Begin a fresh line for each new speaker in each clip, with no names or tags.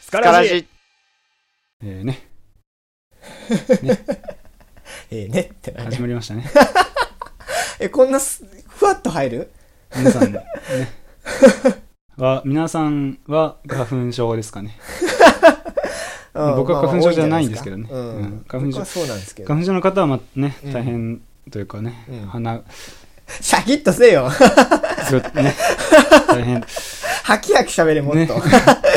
スカ
から
ラジ
じ。えー、ね、
えー、ねってな
始まりましたね。
え、こんなす、ふわっと入る
皆さん、 ね。は、皆さんは花粉症ですかね。
うん
僕は
まあ
花粉症じゃないんですけどね
多いんじゃないですかう
うん
ん。
花粉症
僕はそうなんですけど。
花粉症の方は、ま、ね
うん、
大変というかね、
うん
鼻、
シャキッとせえよ。
すごい ね、大変、
ハキハキ喋れ、もっと。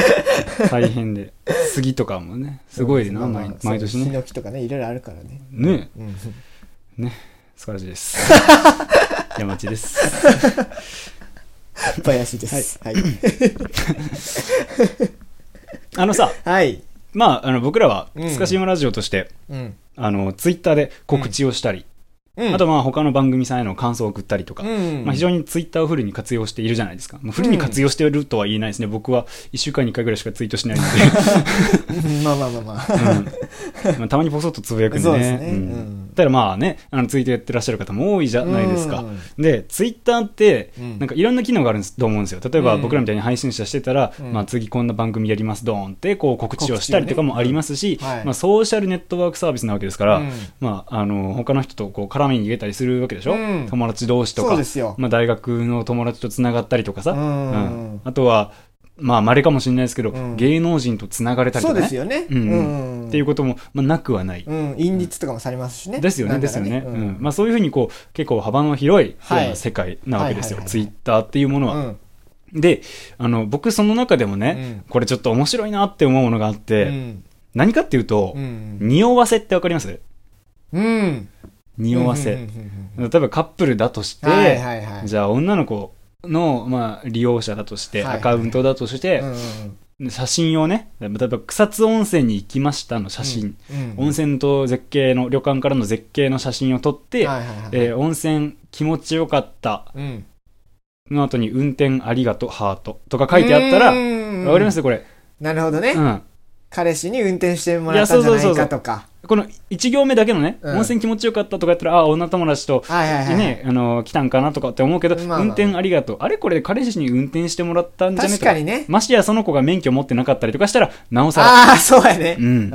大変で、杉とかもね、すごいな、
うん
毎毎年
そうヒ
ね。
ノキとかね、いろいろあるからね。
ね、
うん。
スカラジです。 山地です。
林 です。はい。
あのさ、
はい。
まあ、あの僕らは、
うん
スカシウマラジオとして、
うん。
あの、ツイッターで告知をしたり、
うん。
あとまあ他の番組さんへの感想を送ったりとか、
うん。
まあ、非常にツイッターをフルに活用しているじゃないですか。まあ、フルに活用しているとは言えないですね。僕は1週間に1回ぐらいしかツイートしないの
うんまあまあまあまあ。
で、うんまあ、たまにポソッとつぶやくんで
そう
ね。
ですね
うん
うん
ただまあね、あのツイートやってらっしゃる方も多いじゃないですか。
う
で、ツイッターって、
うん
なんかいろんな機能があるんですと思うんですよ。例えば
うん
僕らみたいに配信者してたら、
うん
まあ、次こんな番組やります、ドーンってこう告知をしたりとかもありますし、
告知をねうんはい
まあ、ソーシャルネットワークサービスなわけですから、
うん
まあ、あの他の人とこう絡みに入れたりするわけでしょ、
うん
友達同士と
そう
か
ですよ。
まあ、大学の友達とつながったりとかさ、
うん
うんあとはまあまれかもしれないですけど、
うん
芸能人とつながれたり
そ
と
う
か
で
ね
すよね。
うん
うん。
っていうことも、まあ、なくはない、
うん、韻律とかもされますしね。
ですよね
なん
で
な
す
ら
よね、
う
うんんまあ、そういうふうにこう結構幅の広い
はい
まあ世界なわけですよ、
はいはい
ツ
は
イ
い
ッターっていうものは。
うん
であの僕その中でもね、これちょっと面白いなって思うものがあって、
うん
何かっていうと、
うん
匂わせってわかります
うん。
匂わせ、
うんうん
例えばカップルだとして、
うんうん。はいはいはい。
じゃあ女の子の、まあ、利用者だとして、
はいはい
アカウントだとして、
うんうん
写真をね例えば草津温泉に行きましたの写真、
うん
温泉と絶景の旅館からの絶景の写真を撮って、
はいはいはい
えー温泉気持ちよかった
うん
の後に運転ありがとうハートとか書いてあったらわ
うん
かりますこれ、
なるほどね、
うん、
彼氏に運転してもらったんじゃないかとか。
この1行目だけのね、
うん
温泉気持ちよかったとかやったらああ女友達と、
はいはいはい。
ねあの来たんかなとかって思うけど、
まあまあ
運転ありがとうあれこれ彼氏に運転してもらったんじゃね
確
とか
かにね。
ましてやその子が免許持ってなかったりとかしたらなおさら
ああ、そうやね。
うん
うん。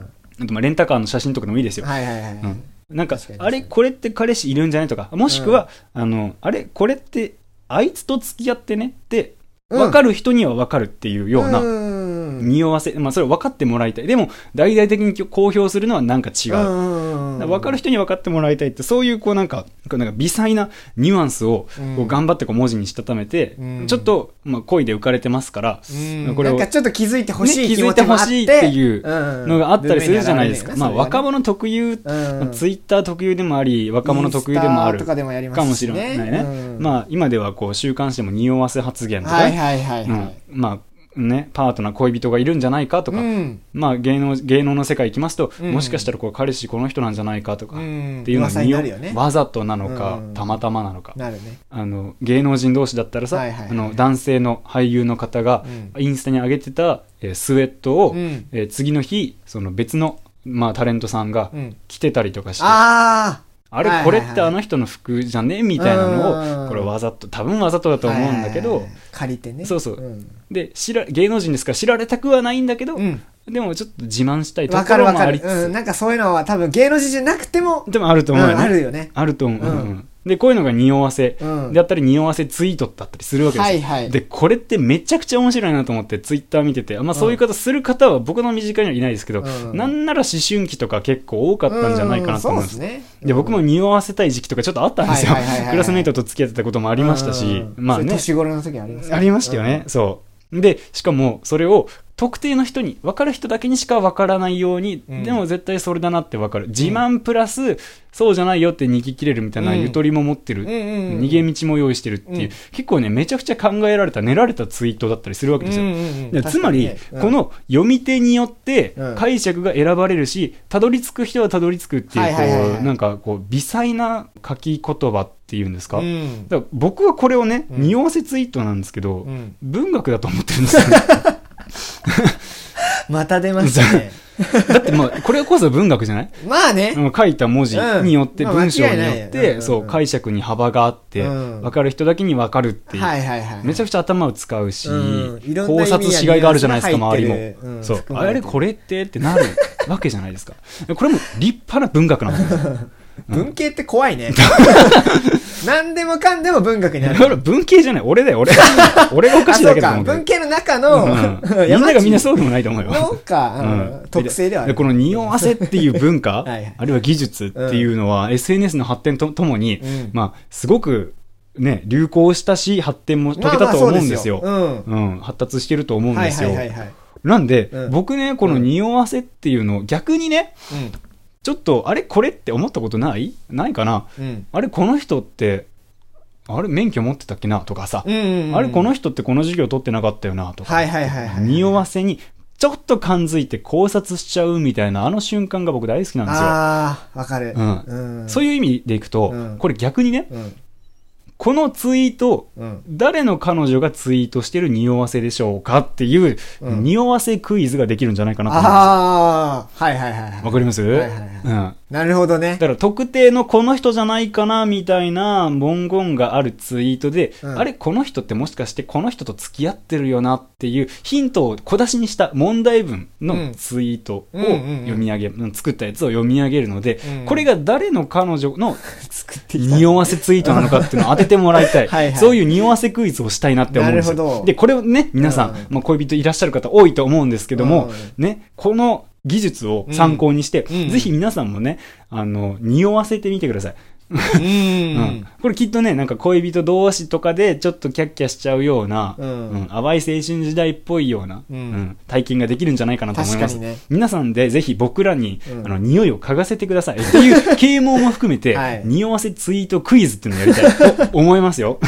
は
あとまあレンタカーの写真とかでもいいです
い
よ、
はいはい。
うんなんか
確かに確か
あ
に
れこれって彼氏いるんじゃないとかもしくは、あのあれこれってあいつと付き合ってねって
うん
分かる人には分かるっていうような
うん。
匂わせ、まあ、それを分かってもらいたいでも大々的に公表するのはなんか違う、
うん
だから分かる人には分かってもらいたいってそういうこうなんかこうなんか微細なニュアンスを
うん
こう頑張ってこう文字にしたためて、
うん
ちょっと、まあ、恋で浮かれてますから、
うん
これ
な
を
んかちょっと気づいてほしい
ね
気持ちもあって、
気づいてほしいっていうの
の
があったりするじゃないですか、まあ、若者特有
者
ツイッター特有でもあり若者特有でも
イ
あ
ンスタ
る
とかでもやります
かもしれないね、
うん
まあ今ではこう週刊誌でも匂わせ発言とか
はい
ね、
はいはいは
うんまあねパートナー恋人がいるんじゃないかと
い。
か、
ん。
まあ芸能芸能の世界行きますと、
うん
もしかしたらこう彼氏この人なんじゃないかとか、
うん
っていうの
噂になるよね
わざとなのか、
うん
たまたまなのか、
なるね。
あの芸能人同士だったらさ、
はいはいはい
あの男性の俳優の方がインスタに上げてた、えースウェットを、
うん
えー次の日その別の、まあ、タレントさんが
うん
着てたりとかして、
あ
あれ、
はいはい
こ
は
れ
い
ってあの人の服じゃねみたいなの
う
を
ん
これわざと多分わざとだ
あ
と思うんだけど、
借りてね。
そうそうんで知ら芸能人ですから知られたくはないんだけど、
うん。
でもちょっと自慢したいと
わ
こ
かる
ろ
わ
も
か
あり
る
つ。つ、
うん。なんかそういうのは多分芸能人じゃなくても、
でもあると思うよね、
うんあるよね。
あると思う、
う
うんんうんでこういうのが匂わせ
うん
であったり匂わせツイートだったりするわけです
は
よ、
いはい
でこれってめちゃくちゃ面白いなと思ってツイッター見ててあんまそういう方する方は僕の身近にはいないですけど、
うん
なんなら思春期とか結構多かったんじゃないかなと思います、
うんそうですね。
で僕も匂わせたい時期とかちょっとあったんですよ
はいはいはいはい
クラスメイトと付き合ってたこともあ
あ
りましたし、まあね
年頃の時あります
ありましたよね、。そうでしかもそれを特定の人に分かる人だけにしか分からないように、
うん
でも絶対それだなって分かる自慢プラスそうじゃないよって逃げ切れるみたいな
うん
ゆとりも持ってる、
うんうんうん。
逃げ道も用意してるっていう、
うん
結構ねめちゃくちゃ考えられた練られたツイートだったりするわけですよ、
うんうんうん
でつまり、
確かにね
この読み手によって
うん
解釈が選ばれるしたどり着く人はたどり着くって
はいいはいはいはいう
こうなんかこう微細な書き言葉っていうんですか,、
うん
だから僕はこれをね
うん
匂わせツイートなんですけど、
うん
文学だと思ってるんですよね、
また出ましたね。
だってまあ、これこそ文学じゃない
まあね。
うん書いた文字によって、
うんまあ
文章によ
間違
っ
いないようんうんう
て、
ん
そう、解釈に幅があって、
うん
分かる人だけに分かるっていう。
はいはいはい。
めちゃくちゃ頭を使うし、
うんいろんな意味
考
や
察しがいがあるじゃないですか、
ニュアンスが
周り
入ってる
も。
うん
そう。
含ま
あ
れて
れ
る
これってってなるわけじゃないですか。これも立派な文学なんですよ。
文系って怖い ね。何でもかんでも文学にな
だから
る。
文系じゃない、俺だ よ、俺。俺がおか
あ、
しい
そ
だ
う
けだと
か。
思うけ
文系
ど。
の中の、
うんみんながみんなそううでもないと思うよ。
のか、
う
うんん特性ではあ
で
る。
この匂わせっていう文 化
はいはい
あるいは技術っていうのは、SNS の発展とともに、
うん
まあ、すごく、ね、流行したし発展も
ま
遂
あま
げた
あ
と
そ
思
う
うんですよ。
うん。
うん、発達してると思うん
は
で
い
す
は
よ。
いはいはい。
なんで、
うん
僕ねこの匂わせっていうのを逆にねちょっとあれこれって思ったことないないかな
うん。うん
あれこの人ってあれ免許持ってたっけなとかさ、
うんうんうん。
あれこの人ってこの授業取ってなかったよなとか、
はいはいはいはい。
匂わせにちょっと感づいて考察しちゃうみたいなあの瞬間が僕大好きなんですよ。
ああ、わかる。
うんそう
い
いう意味でいくと、
うん
これ逆にね
う。うん。
このツイート
うん。
誰の彼女がツイートしてる匂わせでしょうかっていう、
うん
匂わせクイズができるんじゃないかなと思いま
ああ、はいはいはい
す。
は
わかります、
はいはいはい
うん
い。なるほどね
だ。から特定のこの人じゃないかなみたいな文言があるツイートで、
うん
あれこの人ってもしかしてこの人と付き合ってるよなっていうヒントを小出しにした問題文のツイートを
うんうんうんうん
読み上げ、うん作ったやつを読み上げるので、
うん
これが誰の彼女の匂わせツイートなのかっていうのを当ててもらいた い
はいはい
そういう匂わせクイズをしたいなって思うんですよ
なるほど
でこれをね皆さん、
うん
まあ、恋人いらっしゃる方多いと思うんですけども、
う
ねこの技術を参考にして、
うん
ぜひ皆さんもね、あの、匂わせてみてください。
う。
うんこれきっとね、なんか恋人同士とかでちょっとキャッキャしちゃうような、
うん
淡い青春時代っぽいような、
うん
体験ができるんじゃないかなと思います。
確かにね
皆さんでぜひ僕らに、
うん
あの、匂いを嗅がせてください。っていう啓蒙も含め て、
はい
匂わせツイートクイズっていうのをやりたいと思いま すよ。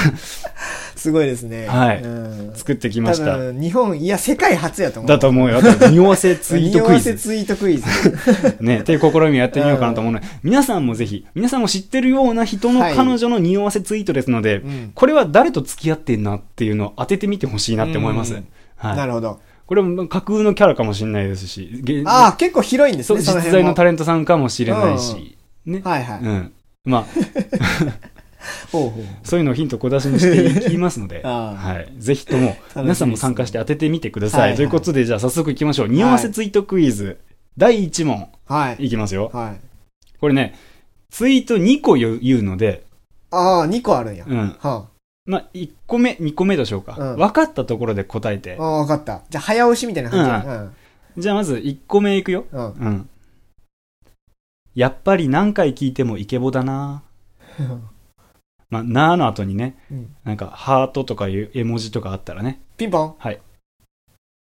すごいですね。
はい
うん
作ってきま
多
した。
分、日本、いや、世界初やと思う。
だと思うよ。あと匂わせツイートクイ
匂わせ
ズ。
ツイートクイズ。
ね、っていう試みをやってみようかなと思うので、皆さんもぜひ、皆さんも知ってるような人の
はい
彼女の匂わせツイートですので、
うん
これは誰と付き合ってんなっていうのを当ててみてほしいなって思います。
うん
は。
ないるほど。
これも架空のキャラかもしれないですし、現
ああ、結構広いんです
そう
ね、そ
実
の
在
辺
の
も。
タレントさんかもしれないし、ね。
はいはい。
うん。まあ、
ほうほう。
そういうのをヒント小出しにしていきますので、
ああ
はい、ぜひとも
ね
皆さんも参加して当ててみてください。
はいはい
ということで、じゃあ早速いきましょう。匂わせツイートクイズ、第1問、
はい。
いきますよ。
はい。
これね、ツイート2個言う言うので、
ああ、2個あるんや。
うん。
は
まあ、1個目、2個目でしょうか。
うん
分かったところで答えて
あ。。ああ、わかった。じゃあ、早押しみたいな感じや
じゃあまず1個目いくよ。
うん。うん。
うん。やっぱり何回聞いてもイケボだなまあ、なーの後にね、
うん
なんか、ハートとかいう絵文字とかあったらね、
ピンポン。
はい。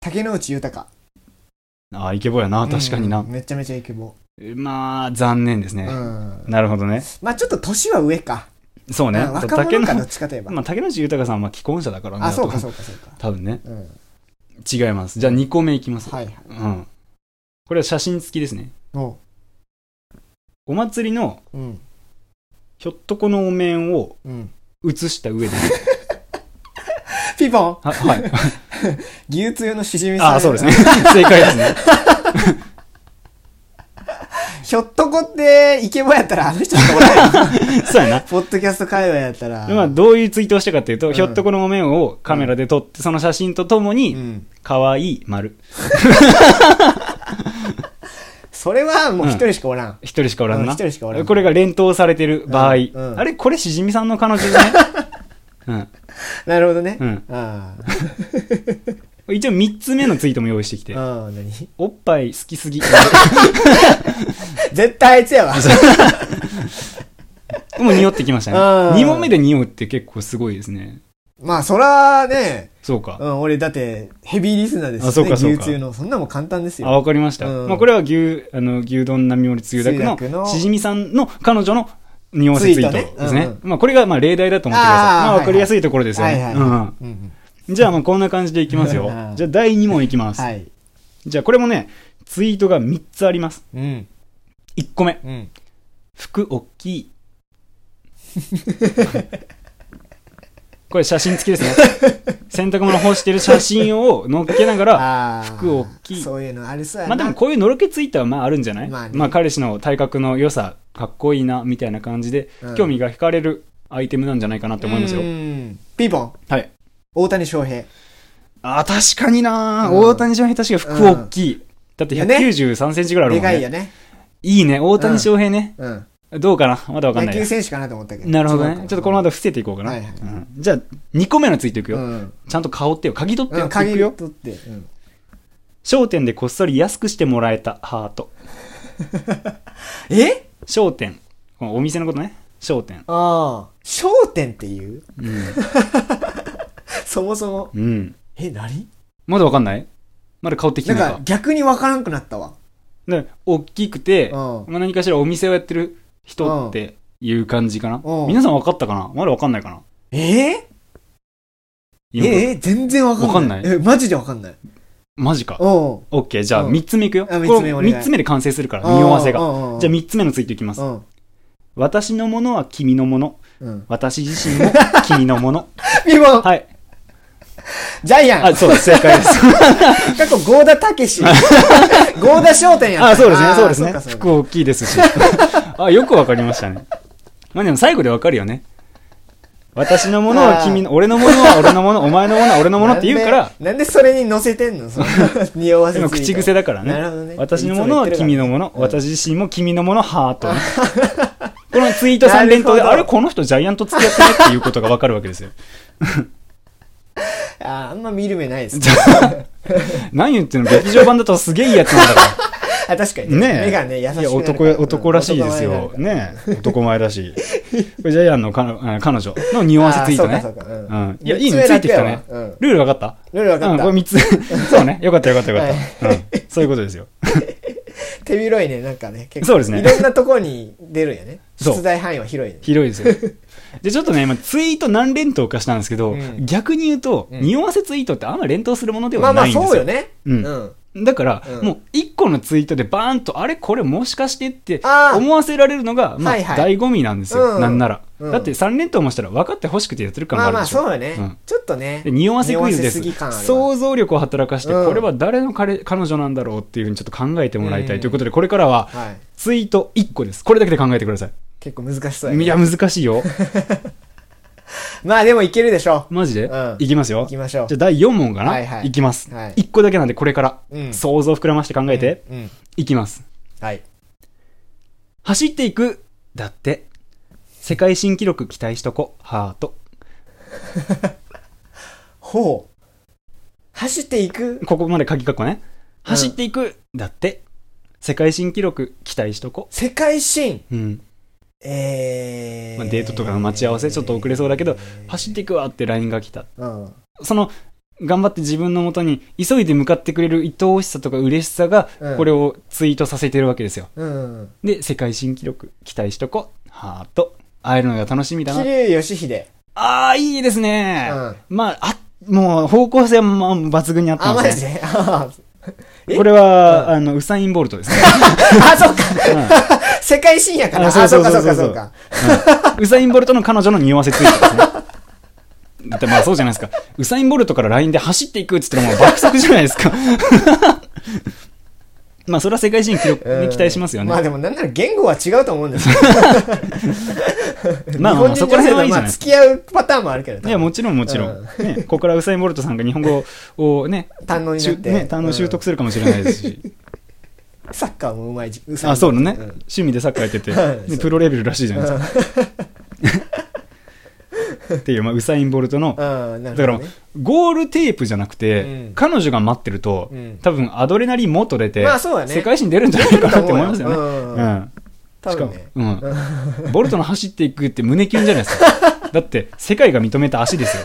竹之内豊。
ああ、イケボやな、確かにな
うん。めちゃめちゃイケボ。
まあ、残念です
う
ね。
ん。
なるほどね。
まあちょっと年は上か。
そうね。
うん若
竹
者かど
野
っちかといえば。
まあ、竹野内豊さんは既婚者だからね。
あ、そうか
と
そうかそうか。
多分ね。
うん。
違います。じゃあ2個目いきます。
はいはい。
うん。これは写真付きですね。
も
お祭りの
う。うん。
ひょっとこのお面を
うん。
写した上で。
ピンポン
は、はい。
牛つゆのしじみさん。
ああ、そうですね。。 正解ですね。
ひょっとこって、イケボやったら、あの人しかお らんよ。
そうやな。
ポッドキャスト界隈やったら。
まあ、どういうツイートをしたかっていうと、
うん
ひょっとこのお面をカメラで撮って、その写真ととも
う
に、
ん。
かわいい丸。
それはもう一人しかおらん。
一人しかおらん
うん
な。
一人しかおらん
これが連投されてる場合。
うんうん
あれこれしじみさんの彼女じゃ ないうん。
なるほどね。
うん
あ
一応三つ目のツイートも用意してきて
あ。。ああ、何
おっぱい好 きすぎ。
絶対あいつやわ。
もう匂ってきました
あー
ね。二問目で匂うって結構すごいですね。
まあ、そらね、
そうか。
うん、俺だって、ヘビーリスナーですよ
あそうかそうか
牛つゆの。そんなもん簡単です
あ、
よ。
わかりました。
うん
まあ、これは牛、あの、牛丼並盛りつゆだく
つゆだく
の、
の
しじみさんの彼女の匂わせツイート
ツイートね
ですね。
うんうん
まあ、これが、まあ、例題だと思ってください。
あー
まあ、
はい
わかりやすいところですよね。
はいはい
うん
はうんうん。
うんじゃあ、まあ、こんな感じでいきますよじゃあ、第2問いきます。
はい。
じゃあ、これもね、ツイートが3つあります。
うん。
1個目。
うん。
服おっきい。 これ写真付きですね洗濯物干してる写真を載っけながら
あー
服大きい
そういうのありそうや
まあ
な
でもこういうのろけツイートはまああるんじゃない、
ま
ま
あ
あ
ね
彼氏の体格の良さかっこいいなみたいな感じで、
うん
興味が惹かれるアイテムなんじゃないかなって思いますよ、
うんピンポン
はい
大谷翔平
あー確かになー、
うん
大谷翔平確か服大きい、だって1 9 3ンチぐらいある
で
もん
か
ね
いよね
いいね大谷翔平ね、
うん
どうかなまだわかん
野
ない
球
や
選手かなと思ったけど
なるほど
違うか
ね
な
ちょっとこのまま伏せていこうかな、
はいはい
うんじゃあ2個目のツイートいくよ、
うん
ちゃんと香ってよ嗅ぎ取ってよ、
うん
嗅
鍵
ぐよ
取ってうん
商店でこっそり安くしてもらえたハート
え
商店このお店のことね商店
ああ商店っていう
う
そもそも
ん、うん、
え何
まだわかんないまだ香ってきて
なん
ないか
か逆にわからんくなったわ
ね大きくて、
うん
まあ、何かしらお店をやってる人っていう感じかな、
うん
皆さん分かったかなまだ分かんないかな
えー、
今
えー全然わかんない
わかんない
えマジでわかんない
マジか
うん
オッケーじゃあ
うん
3つ目いくよ、
あ三つ目
こ
お
れ
願い
3つ目で完成するから匂わせが
が
じゃあ3つ目のツイートいきます、
うん
私のものは君のもの
うん
私自身も君の もの
ピンポン
はい
ジャイアン
あそうです正解です
過去、ゴーダたけ し。ゴーダ商店やった
あそうですねそうです
あーそう
ね
かそうか
服大きいですし あよく分かりましたねまあでも最後で分かるよね私のものは君の俺のものは俺の ものお前のものは俺のものって言うから
なんでなんでそれに乗せてんの その匂わせツイ
でも
ート
口癖だからね
なるほどね
私のものは君のもの、
うん
私自身も君のものハー トねこのツイート3連投で
なるほど
あれこの人ジャイアント付き合ってねっていうことが分かるわけですよ
あーあんま見る目ないです。
何言ってんの劇場版だとすげえいいやつなんだか
あ、確からに。
ねえ
目がね、優しくな
い
るから
や男や男らしいです
うん
よ
男前になる
ねえ男前だしこれジャイアンの彼 女彼女のニュアンスツイート
あーそう
ね
かそうか
う
うん
んいやいいねついてき
楽や
たね
わうん
ルール分かった
ルール分かった
うん、これ3 つそうねよかったよかったよかった、うん、そういうことですよ
手広いね、なんかね。結構
そうですね
いろんなところに出るよね。
そう
出題範囲は広いね。
広いですよでちょっとね、今ツイート何連投かしたんですけど、
うん
逆に言うと、
うん
匂わせツイートってあんま連投するもので
まあ
は
ま
な
あ、
いんですよ,、
そうよね。
うん
うん。
だから、
うん
もう1個のツイートでバーンとあれこれもしかしてって
あー
思わせられるのがまあ、
はいはい
醍醐味なんですよ、
うん
なんなら、
うん
だって3連投もしたら分かってほしくてやってる感
ま
もあ
あ
る
ま
で
あ、
しょ、
そうよ
う
ね
ん。
ちょっとね。
で匂わせクイズで
匂わせすぎ感ある
す
わ
想像力を働かして、
うん
これは誰の彼彼女なんだろうっていうふうにちょっと考えてもらいたいということで、これからは
はい。
ツイート1個ですこれだけで考えてください、
結構難しそうや
い
ね。
や難しいよ
まあでもいけるでしょ
マジで、
うん
いきますよ
う。いきましょう
じゃあ。第4問かな、
はいいはい
きます、
はい
1個だけなんでこれから、
うん
想像膨らまして考えて、
うんうん。
いきます
はい。
走っていくだって世界新記録期待しとこハート
ほう。走っていく。
ここまで鍵括弧ね走っていく、だって世界新記録期待しとこ
世界新。
うん、
えー。
まあ、デートとかの待ち合わせちょっと遅れそうだけど、走っていくわって LINE が来た
うん。
その頑張って自分のもとに急いで向かってくれる愛おしさとか嬉しさが
うん
これをツイートさせてるわけですよ、
うん。
で世界新記録期待しとこハート会えるのが楽しみだな
桐生義秀。
ああ、いいですね。
う
まあ、あ、もう方向性はまあ抜群に合って
あ、
ま
マ
す
ジ
ね。
であ、え
これは、あの、ウサイン・ボルトです ね。
そっか。世界新やから。あ、
あそう
そっ
そう
かそっ
そう
かそ
そう
っか。
うんウサイン・ボルトの彼女の匂わせついてですね。だってまあそうじゃないですか。ウサイン・ボルトから LINE で走っていくっつったらもう爆速じゃないですか。 まあそれは世界新記録に期待しますよね。
まあでもなんなら言語は違うと思うんですけど。
まあまあまあ
日
そ
本人女性
こら辺
と
はいいじゃないですか
付き合うパターンもあるけど。
いや、もちろんもちろん。ね、ここからウサイン・ボルトさんが日本語をね、
堪能になって
しゅね、堪能習得するかもしれないですし。
サッカーもうまいし。
あ、そうだね、
ん
趣味でサッカーやってて、
はい
でプロレベルらしいじゃないですか。っていう、まあ、ウサイン・ボルトの、
うん、な
だ
るほ
から
どね。、
ゴールテープじゃなくて、
うん
彼女が待ってると、
うん
多分アドレナリンもっと出て、
まあそうだね
世界新出るんじゃないかなって思いますよね。
出てると思うよ
うん
多
し
分
かも
ね。、
うん、ボルトの走っていくって胸キュンじゃないで すか。だって、世界が認めた足ですよ。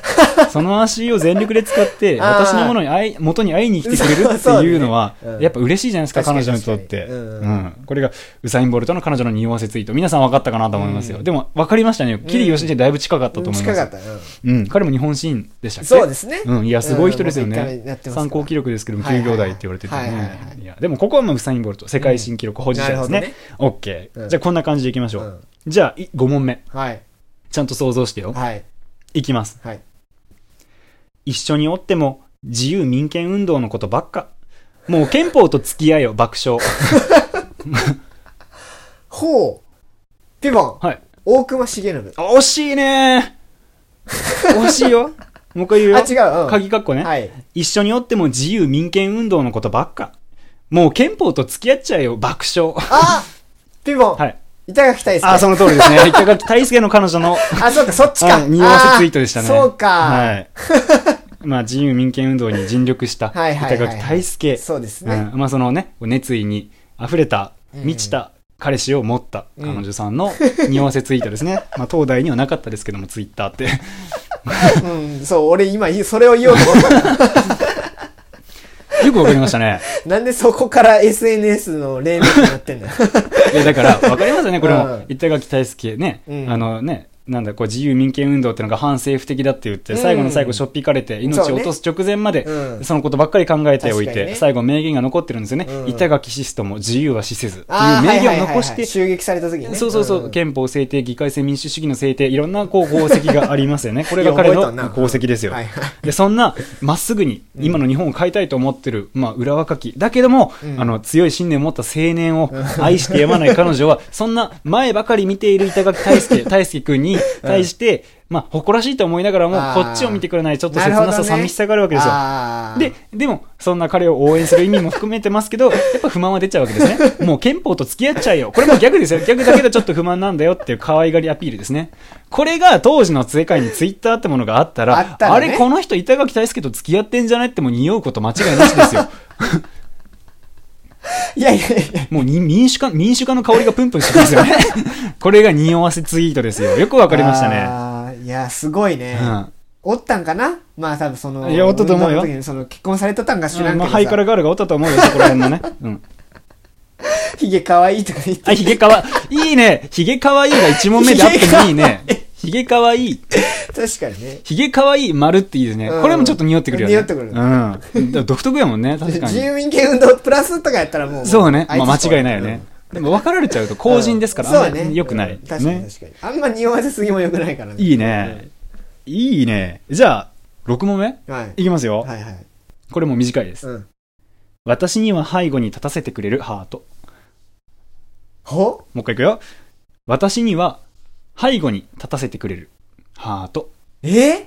その足を全力で使って、
あー
私のものに会い、元に会いに来てくれるっていうのは、
そうそうだねうん
やっぱ嬉しいじゃないですか、
確かに
彼女にとって。
確かにうん
う
うん
ん。これが、ウサイン・ボルトの彼女の匂わせツイート。皆さん分かったかなと思いますよ。
うん
でも、分かりましたね。キリヨシだいぶ近かったと思います。
近かった。うん
うん。彼も日本人でしたっけ
そうですね。
うん、いや、すごい人ですよね。
うんもう一回やってますから
参考記録ですけども、
はいはい
9
はい
秒台って言われててね。
はいいはいはい
や、でもここはまあウサイン・ボルト、世界新記録保持者です
うんな
ね
る。
オッケ
う
ー。
ん
じゃあ、こんな感じでいきましょ
う。
うんじゃあ、5問目。
はい。
ちゃんと想像してよ。
はい。
いきます。
はい。
一緒におっても自由民権運動のことばっか。もう憲法と付き合えよ、爆 笑。
ほう。ピボン。
はい。
大隈重信。
あ惜しいねー惜しいよ。もう一回言うよ。
あ違ううん
鍵括弧ね。
はい。
一緒におっても自由民権運動のことばっか。もう憲法と付き合っちゃえよ、爆笑。
あピボン。
はい。
板垣大輔。
あ、その通りで すね。板垣大輔の彼女の、
あ、そうか、そっちか。
うん匂わせツイートでしたね。
あーそうか。
はい。まあ、自由民権運動に尽力した
はいはいは
板
いはい
垣大輔。
そうです
う
ね。
んまあ、そのね、熱意に溢れた、満ちた、彼氏を持った彼女さんの匂わせツイートですね。まあ、東大にはなかったですけども、ツイッターって。
うん、そう、俺今、それを言おうと思った。
よくわかりましたね。
なんでそこから SNS の黎明になってんだよ。
いや、だから、わかりますよね、これ
う
も
ん。
板垣大輔ね、
うん
あのね、なんだ、こう、自由民権運動ってのが反政府的だって言って、
うん
最後の最後、しょっぴかれて、命を落とす直前まで、
そうねうん
そのことばっかり考えてお
確
い
か
て、
にね
最後、名言が残ってるんですよね。
うん
板垣シストも自由は死せず、ってい
あ
う
ー
名
はい
言
は
を
いはい
残
はい
して、
襲撃された時にね。
そうそうそう、
ん
憲法制定、議会制、民主主義の制定、いろんなこう功績があります よね。これが彼
いや
の
覚えたな
功績ですよ
はいはい。
で、そんな、まっすぐに、今の日本を変えたいと思ってる、まあ、裏若き、だけども、あの、強い信念を持った青年 を愛してやまない彼女は、そんな前ばかり見ている板垣 大輔、大輔君に対して、まあ、誇らしいと思いながらも
あ、
こ
ー
っちを見てくれない、ちょっと切
なるほど
な
ね
さ、寂しさがあるわけですよ。
あー
で、でも、そんな彼を応援する意味も含めてますけ ど、やっぱ不満は出ちゃうわけですね。もう憲法と付き合っちゃえよ。これも逆ですよ。逆だけどちょっと不満なんだよっていう可愛がりアピールですね。これが当時の世界にツイッターってものがあったら、
あったら
あ
ね
れこの人板垣大輔と付き合ってんじゃないってもう匂うこと間違いなしですよ。
いやいやいや。
もうに民主化、民主化の香りがプンプンしてま すよね。これが匂わせツイートですよ。よくわかりましたね。
ね。いや、すごいね。
うん
おったんかなまあ多分その。
いやおったと思う
運動
よ
の時にその結婚されとったんか知らんけ
ま
ど
あ、
さ。
ハイカラガールがおったと思うよ、そこら辺のね。うん。
ひげかわいいとか言って。
あ、ひげかわ、いいね。ひげかわいいが一問目であってもいいね。ひげかわいい。
確かにね。
ひげかわいい丸っていいですね。
うん
これもちょっと匂ってくるよね。
匂ってくる
うん。でも独特やもんね、確か
自
に。
由民権運動プラスとかやったらもう。
そうね。
あつ
まあ間違いないよね。。でも分かられちゃうと
うん
公人ですから、
うん
あんま
そうね
り良くない。
うん確かに
ね。
確かに。あんま匂わせすぎも良くないから
いいね。いいね。じゃあ、6問目
うんはい。
いきますよ。
はいはい。
これもう短いです。
うん。
私には背後に立たせてくれるハート。
ほ
もう一回いくよ。私には背後に立たせてくれるハート。
えー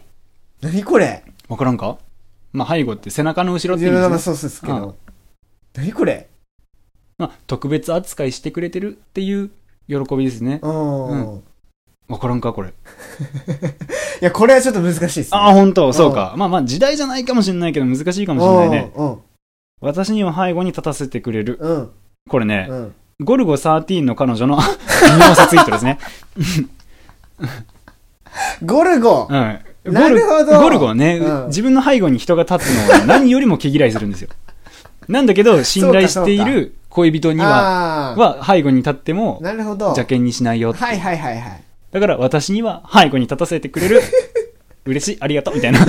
何これ
わからんかまあ、背後って背中の後ろって
い
意
や
味
まあ
で
ます
ね。
そうですけ
う
ど。何これ
まあ、特別扱いしてくれてるっていう喜びですね。
うん。い
わからんかこれ。
や、これはちょっと難しいですね。
ああ、本当そうか。まあまあ、時代じゃないかもしれないけど、難しいかもしれないね。
うん。
私には背後に立たせてくれる。
うん。
これね
う、ん。
ゴルゴ13の彼 女の 見合わせツイートですね。
ゴルゴ
うん。
なるほど
ゴルゴはね、
うん
自分の背後に人が立つ のを何よりも毛嫌いするんですよ。なんだけど、信頼してい
そう
る恋人には、
あー
は背後に立っても、
なるほど。
邪険にしないよって
はいはいはいはい。
だから私には背後に立たせてく れる。嬉しい、ありがとう、みたいな。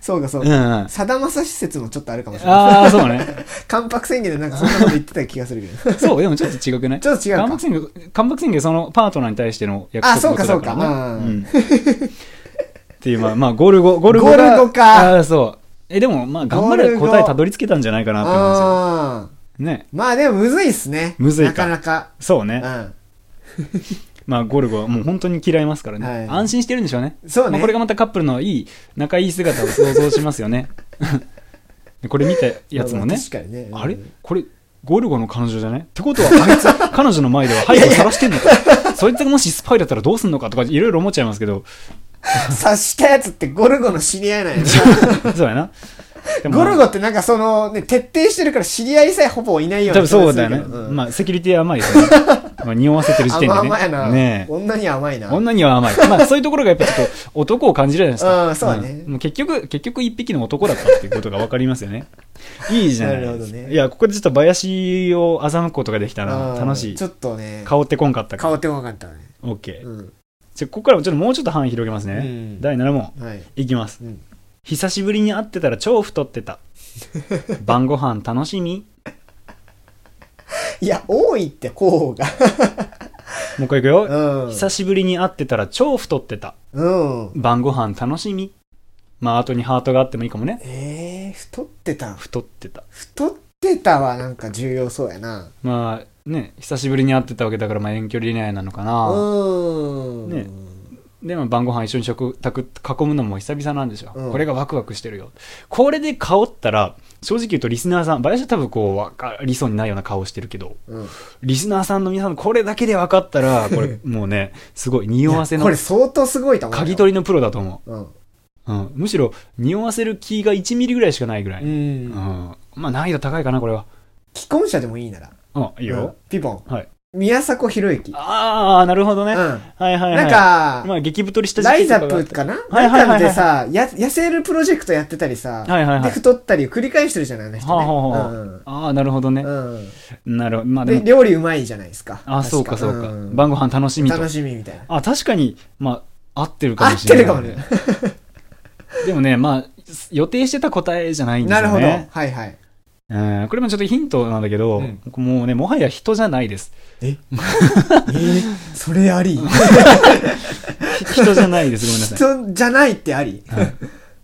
そうかそう
うんう
か。
ん。
さだまさし説もちょっとあるかもしれない。
ああ、そう ね。
関白宣言でなんかそんなこと言ってた気がするけど。
そう、でもちょっと違くない
ちょっと違う
関
か
白。宣言、関白宣言そのパートナーに対しての約束
あそう
事
か
だからね。
そ
うん。っていう、まあ、まあ、ゴルゴ、ゴルゴが。
ゴルゴか
ああ、そう。え、でも、まあ、頑張れば答えたどり着けたんじゃないかなって思うんですよ。
ああ。
ね。
まあでもむずいっすね。
むずいか
なか
そう
な
ね。
か。
まあ、ゴルゴはもう本当に嫌いますからね。
はい
安心してるんでしょうね。
うん。そう
まあ
ね。
これがまたカップルのいい、仲いい姿を想像します よね。これ見たやつもね。
確かにね。
あれ
うん
これゴルゴの彼女じゃないってことはあいつ 彼女の前では背後晒してんのかそいつがもしスパイだったらどうすんのかとかいろいろ思っちゃいますけど
察したやつってゴルゴの知り合いなんやな。
そうやなでも
ゴルゴってなんかその、ね、徹底してるから知り合いさえほぼいないような
多分そうだよね、
ま
まあセキュリティ甘いで すよねまあ匂わせてる時
あ、
点
甘
で
々やな。
ねねえ
女には甘いな。
女には甘い。まあ、そういうところがやっぱちょっと男を感じるじゃないですか。
うんそうだね
んもう結局、結局一匹の男だったっていうことがわかりますよ ね。いいじゃない
なるほどね
いや、ここでちょっと林を欺くことができたら
うん
楽しい
ち。ょっとね、
顔ってこんかったか
顔って怖かったね。
ら。オッケー。
うん。
じゃあここからもちょっともうちょっと範囲広げますね、
うん
第7問
はい。
いきます、
うん
久しぶりに会ってたら超太ってた晩ご飯楽しみ
いや、多いって、候補が。
もう一回いくよ、
うん。
久しぶりに会ってたら超太ってた
うん。
晩ご飯楽しみまあ、後にハートがあってもいいかもね。
えー、太ってた
太ってた。
太ってたはなんか重要そうやな
まあ、ね、久しぶりに会ってたわけだから、まあ、遠距離恋愛なのか
う
な。
ーん
ねで、まあ、晩ご飯一緒に食卓囲むのも久々なんでしょ。
うん
これがワクワクしてるよ。これで香ったら、正直言うとリスナーさん、林は多分こう、わかりそうにないような顔してるけど、
うん
リスナーさんの皆さん、これだけで分かっ たら、これ、もうね、すごい、匂わせ
こ
の
れ、相当すごいと思うよ
嗅ぎ取りのプロだと思
うん
う。うん。むしろ、匂わせる気が1ミリぐらいしかないぐらい。
う
うん。
ん
まあ、難易度高いかな、これは。
既婚者でもいいなら
うん、いい
うん
よ。
ピポン
はい。
宮迫博之うん
ああ、なるほどね。はい
な
はいはい。
ん、か
まあ、激太りした
ライ
時期
ザ
と
ッ
かがあっ
プ
て
かな
はいは
な
いはいは
ん
い
かでさ、や、痩せるプロジェクトやってたりさ、
はいはいは
で、
い。
太ったりを繰り返してるじゃないあの人ね。
はあはあはあ
うん
ああ、なるほどね。
うんうん
なるほど。まあ、で
で、
も、
料理うまいじゃないですか。
ああ、
確
そうかそうか
ん。
晩ご飯楽しみと。
楽しみみたいな。
あ、確かに、まあ、合ってるかもしれない。
合ってるか
もね。 でもね、まあ、予定してた答えじゃないんです
な
よ
る
ね。
ほど。はい はい。
うんこれもちょっとヒントなんだけど、
うん
もうね、もはや人じゃないです。
えそれあ り
ひ人じゃないです。ごめん なさい。
人じゃないってあり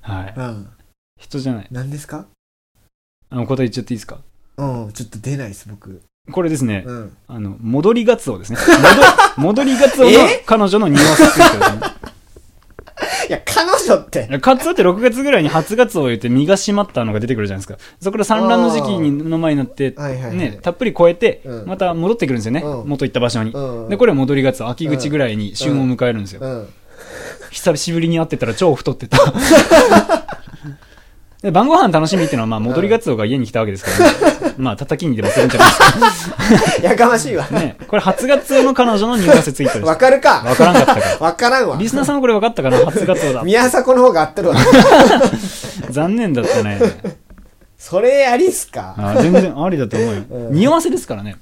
はい。はい、
うん。
人じゃない。
何ですか
あの、答え言っちゃっていいですか
うん、ちょっと出ないです、僕。
これですね、
うん。
あの、戻りガツオですね。 戻戻りガツオの
え
彼女の匂わせっていうことです
いや、彼女って。
ね。カツオって6月ぐらいに初ガツオを言って身が締まったのが出てくるじゃないですか。そこから産卵の時期にの前になって、
はいはいはい。
ね、たっぷり超えて、
うん
また戻ってくるんですよね。
うん
元行った場所に。
うん
で、これ戻りガツオ、秋口ぐらいに旬を迎えるんですよ。
うん。
久しぶりに会ってたら超 太ってたで晩ご飯楽しみっていうのは、まあ、戻りガツオが家に来たわけで すからね。まあ、叩きにでもするんじゃないですか。
やかましいわ。
ね。これ、初ガツオの彼女の匂わせツイートです。
わ
わ
かるか。
からんかったか ら。
わからんわ
リ。スナーさんはこれ分かったかな初ガツ オだ。
宮迫の方が合ってるわ。
残念だったね。
それありっすか
あ全然ありだと思うよ。
うん
匂わせですからね。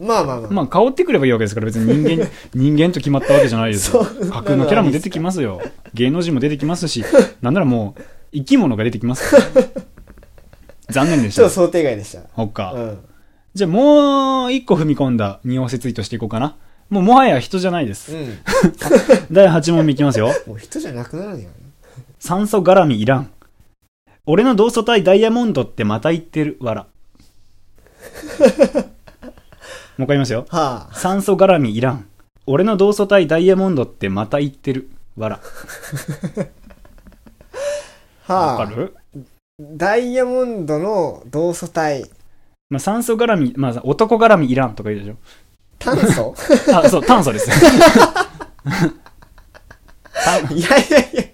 まあまあまあ。
まあ、香ってくればいいわけですから、別 に人間、人間と決まったわけじゃないですよ。
そう
架空のキャラも出てきますよ。芸能人も出てきま すし、なんならもう、生き物が出てきますから。残念でし
ちょったと。想定外でし
ほっか
た。うん。
じゃあもう一個踏み込んだ匂わせツイートしていこうかな。もうもはや人じゃないで
う
す。
ん。
第8問目いき ますよ。
もう人じゃなくなるんや
酸素絡みいらん。俺の同素体ダイヤモンドってまた言ってるわら。 もう一回言いますよ。
はあ。
酸素絡みいらん。俺の同素体ダイヤモンドってまた言ってるわら。わ
は
か
あ。
る
ダイヤモンドの同素体。
まあ、酸素絡み、まあ、男絡みいらんとか言うでし
炭素
ょ。あ、そう、炭素です。炭
いやいやいやい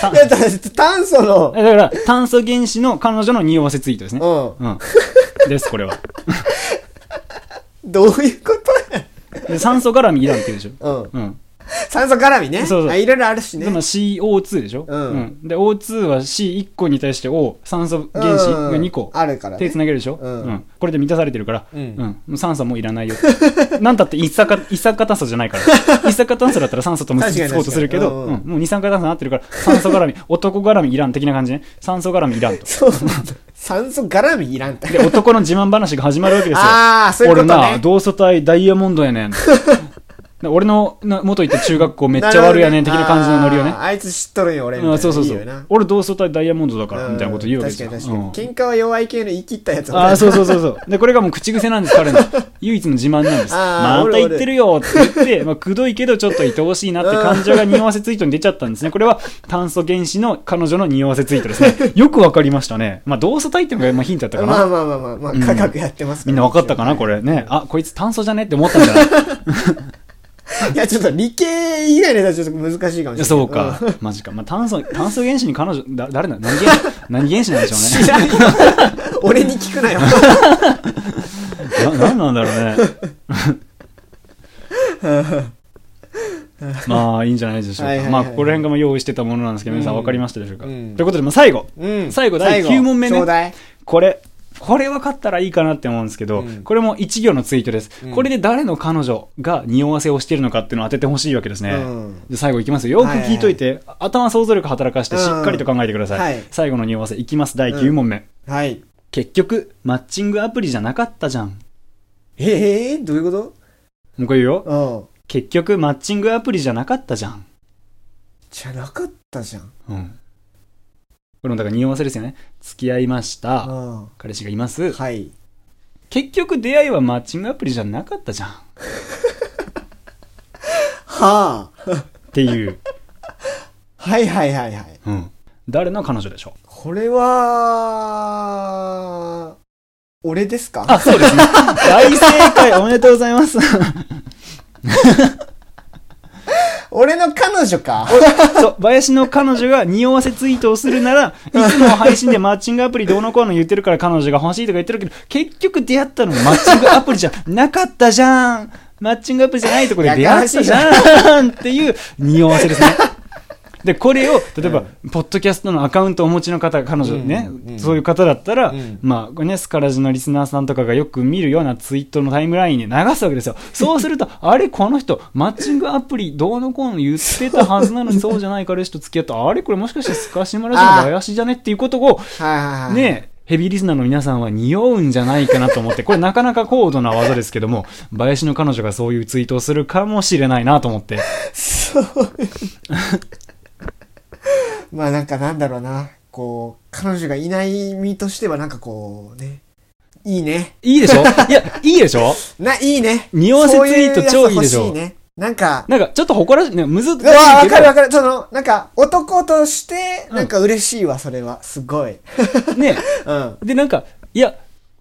炭
や。だって炭素の、
えだから、炭素原子の彼女の匂わせツイートですね。
う
うん。です、これは。
ん。どういうことや
で酸素絡みいらんって言うでしょ。
うん。
うん。
酸素絡みね。
そうそう
あいろいろあるしね
で。も CO2 でしょ。
うん
で、O2 は C1 個に対して O、酸素原子が2個
うん。あるから
手
ね。
つなげるでしょ、
うん
これで満たされてるから、
うん
もう酸素はもういらないよ なんたって一酸化一酸化炭素じゃないから 一酸化炭素だったら酸素と結びつこうとするけど、
確かに確
う
かに
んもう二酸化炭素になってるから酸素絡み 男絡みいらん的な感じね酸素絡みいらんと
そうなんだ。酸素絡みいらんって。
で男の自慢話が始まるわけですよ
ああ、そういうこと
俺な
ね。
同素体ダイヤモンドやねんで俺のな元行った中学校めっちゃ悪いやねん的な感じのノリをね
あーあいつ知っとるんよ、俺みたいな。
うんそうそうそう
いいよな
俺同素体ダイヤモンドだからみたいなこと言うわけですよ、
確かに
うん
確かに。喧嘩は弱い系の言い切ったやつ
ああ、そうそうそうそう。で、これがもう口癖なんです、彼の。唯一の自慢なんです。
あー
また言ってるよって言って、まあ、くどいけどちょっと愛おしいなって感情が匂わせツイートに出ちゃったんですね。これは炭素原子の彼女の匂わせツイートです ね。よくわかりましたね。まあ、同素体っていうのがまあヒントだったか
まあ
な。
まあまあまあ、まあ、価格やってます
みんなわかったかなこれね。あ、こいつ炭素じゃねって思ったんじゃな い
れ。いや、ちょっと理系以外のやつはちょっと難しいかもしれない
いや。そうか。マジか。まあ、炭素、炭素原子に彼女、だ誰だ何原子、何原子なんでしょうね。
知らんよ。俺に聞くなよ。
な、なんなんだろうね。 まあ、いいんじゃないでしょうか。
はいはいはい
まあ、ここら辺がまあ用意してたものなんですけど、皆さん
うん
分かりましたでしょうか。
うん
ということで、まあ、最後。
うん
最後第9問目ね
ちょうだい。
これ、これ分かったらいいかなって思うんですけど、
うん
これも一行のツイートです。
うん
これで誰の彼女が匂わせをしているのかっていうのを当ててほしいわけですね。
うん
じゃあ最後いきますよ。よく聞いといて、頭想像力働かしてしっかりと考えてください。
うんはい
最後の匂わせいきます。第9問目。
はい。
結局、マッチングアプリじゃなかったじゃん。も
ええどういうこ
う一回言うよ。
とうん。
結局マッチングアプリじゃなかったじゃん。
じゃなかったじゃん。
うん。これもだから匂わせですよね。付き合いました。
うん
彼氏がいます。
はい。
結局出会いはマッチングアプリじゃなかったじゃん。っ
はあ。
ていう。
はいはいはいはい。
うん。誰の彼女でしょう
これは、俺ですか
あ、そう ですね。大正解おめでとうございます。
俺の彼女か。
そう、林の彼女が匂わせツイートをするなら、いつも配信でマッチングアプリどうのこうの言ってるから彼女が欲しいとか言ってるけど、結局出会ったのマッチングアプリじゃなかったじゃん。マッチングアプリじゃないところで出会ったじゃんっていう匂わせですね。で、これを、例えば、ポッドキャストのアカウントをお持ちの方、彼女ね、
うんうん
そういう方だったら、
うん
まあ、ね、スカラジのリスナーさんとかがよく見るようなツイートのタイムラインで流すわけですよ。そうする と、あれ、この人、マッチングアプリ、どうのこうの言ってたはずなのに、そうじゃない彼氏と付き合った、あれ、これもしかしてスカシマラジの林じゃねっていうこと
はい
を、
はいはい。
ね、ヘビーリスナーの皆さんは匂うんじゃないかなと思って、これなかなか高度な技ですけども、林の彼女がそういうツイートをするかもしれないなと思って。
そう。 まあなんかなんだろうな。こう、彼女がいない身としてはなんかこうね。いいね。
いいでしょいや、いいでしょ
な、いいね。
匂わせツイート超いいでし
そううやつ欲
ょ
しいね。なんか、
なんか、ちょっと誇らしい、ね、むずっ
うわ、わかるわかる。その、なんか、男として、なんか嬉しいわ、それは。すごい。
ね。
うん。
で、なんか、いや、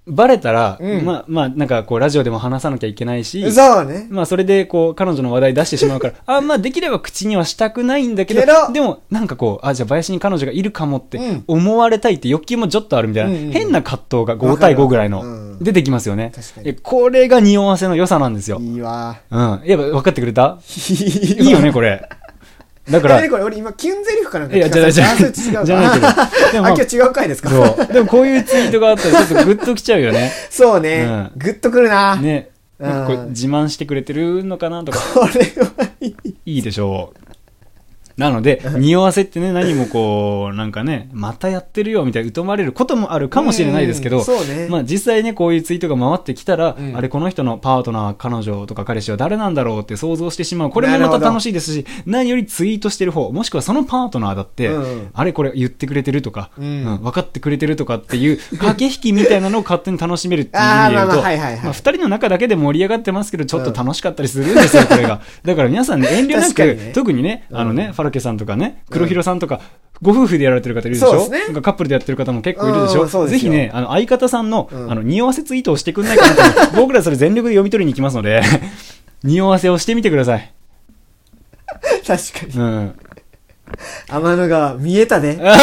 バレたら、
うん
まあ、まあ、なんか、こう、ラジオでも話さなきゃいけないし、
そうね。
まあ、それで、こう、彼女の話題出してしまうから、 あ、まあ、できれば口にはしたくないんだけど、
けど
でも、なんかこう、あ、じゃあ、林に彼女がいるかもって
うん
思われたいって欲求もちょっとあるみたいな、
うんうんうん
変な葛藤が5対5ぐらい
わかるわ
の
う、ん
出てきますよね。
確かに
いやこれが匂わせの良さなんですよ。
いいわ。
うん。やっぱ、分かってくれた
い
いいよね、これ。だか
れ。
ら
何、これ俺今、キュンゼリフかなんか
いや、
聞
じゃ
か
ない、
さ
じゃ
れ
な
て
い、じゃ
あそれ違う
ない
か。
けど でも
あ、今日違う回ですか
そう。 でもこういうツイートがあったら、ちょっとグッときちゃうよね。
そうね。
う
グッとくるな。
ね。
うん
なんかこう自慢してくれてるのかなとか、
これはいい。
いいでしょう。な ので、匂わせってね、何もこう、なんかね、またやってるよみたいな、疎まれることもあるかもしれないですけ
う
ど
ん、そうね。
まあ実際ね、こういうツイートが回ってきたら、
うん
あれ、この人のパートナー、彼女とか彼氏は誰なんだろうって想像してしまう。これもまた楽しいですし、何よりツイートしてる方、もしくはそのパートナーだって、
うん
あれ、これ言ってくれてるとか、
うん
うん分かってくれてるとかっていう、駆け引きみたいなのを勝手に楽しめるっていう意味で
あ
言う
ーまあま
と、
あはいはいはい
まあ二人の中だけで盛り上がってますけど、ちょっと楽しかったりするんですよ、これが。だから皆さんね、遠慮な
確か
く、
にね
特にね、あのね、ファラケさんとかね、黒弘さんとか、ご夫婦でやられてる方いるでし
そうで
ょ
すね
なんかカップルでやってる方も結構いるでしょ
うんそう
ぜ
です
ひ
よ
ね、あの、相方さんの、
うん
あの、匂わせツイートをしてくんないかなと思って、僕らそれ全力で読み取りに行きますので、 匂わせをしてみてください。
確かに。
うん。
天の川、見えたで。
あ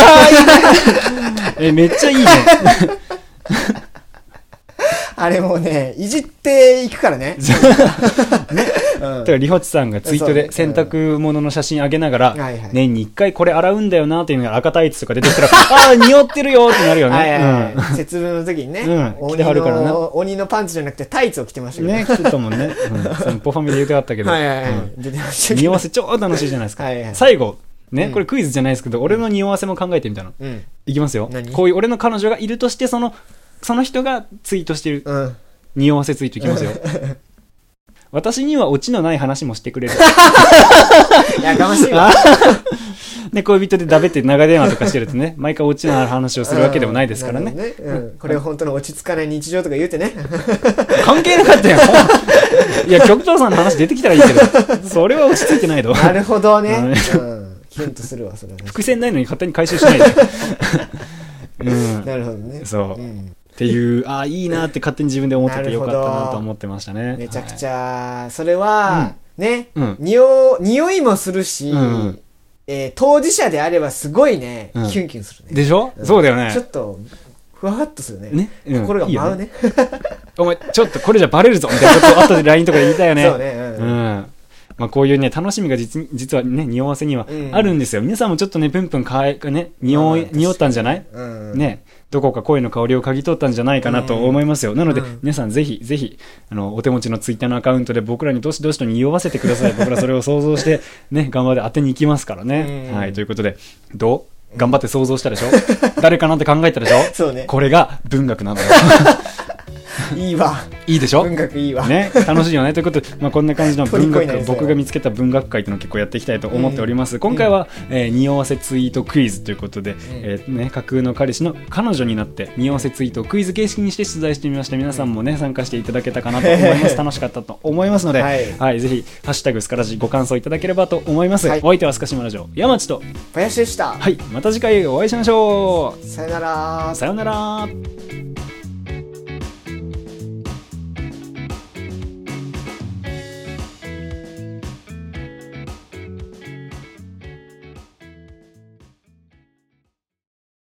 あ、いいね。え、めっちゃいい ね。
あれもうね、いじっていくからね。うん
だから、りほちさんがツイート
そう
で
ね
洗濯物の写真あげながら、
はいはい
年に一回これ洗うんだよなっていうのが赤タイツとか出て きたら、ああ、匂ってるよってなるよね。
はいはい
うん
はい。節分の時にね
うん、着ては
鬼
るからな
の、鬼のパンツじゃなくてタイツを着てましたけど
ね、
ね。
来てたもんね。うん、そのポファミで言うてあったけど。
はいはい
うん
はい。出てま したけ
匂
ど
わ。せ超楽しいじゃないですか。
はいはい
最後、ね、
うん
これクイズじゃないですけど、俺の匂わせも考えてみたの。
うん。
いきますよ
何。
こういう俺の彼女がいるとして、その、その人がツイートしてる
うん。
匂わせツイートい きますよ。私にはオチのない話もしてくれる。
いや、かましいわ。
で、恋人でだべって長電話とかしてるとね、毎回オチのある話をするわけでもないですから
う
ね
ん。。なるほどうんこれ本当の落ち着かない日常とか言うてね。
関係なかったよ。 いや、局長さんの話出てきたらいいけど、それは落ち着いてないと。
なるほどね。
うん
うん。キュンとするわ、そ れはね。
伏線ないのに勝手に回収し ないで。うん。
なるほどね。
そうう。っ
ん。
ていう、ああ、いいなって勝手に自分で思って
な
て
る
よ
ほ
かっ
ど
たなと思って ましたね。
めちゃくち
ゃ。
ゃ、それは、ね
うん、
匂匂いもするし
うんうん、
えー当事者であればすごいね、キ
う
ュ
ん
ンキュンするね。
でしょそうだよ
ちょ
ね。
っと、ふわっとするね。
ね。うん
心が
いいよ
舞う
ね
ね。
お前、ちょっとこれじゃバレるぞみたいなこと後で LINE とかで言いたいよね。
そうね。
う
うん
ん。まあこういうね、楽しみが実に実はね、匂わせにはあるんですよ。皆さんもちょっとね、プンプンかえ、ね、匂い、
うん
匂ったんじゃない
うん。
ね、どこか恋の香りを嗅ぎ取ったんじゃないかなと思いますよ。なので、
うん
皆さんぜひ、ぜひ、あの、お手持ちのツイッターのアカウントで僕らにどしどしと匂わせてくだ さい。僕らそれを想像して、ね、頑張って当てに行きますからね。
うん
はい、ということで、どう頑張 って想像したでしょ誰かなって考えたでしょ
そうね
これが文学なんだよ。
いい わ
いいでしょ
文学いいわ、
ね、楽しいよねということで、まあ、こん な感じの文
虜に
学
なりそう
僕が見つけた文学会というのを結構やっていきたいと思っております、今回は、えー匂わせツイートクイズということで、えーね、架空の彼氏の彼女になって匂わせツイートをクイズ形式にして出題してみました皆さんもね参加していただけたかなと思いま す楽しかったと思いますので、
はい
ぜひ「ハッシュタグスカラジ」ご感想いただければと思います、
はい
お相手はスカシマラジオ山地と、
林でした、
はい、また次回お会いしましょ
さよなら
うさようなら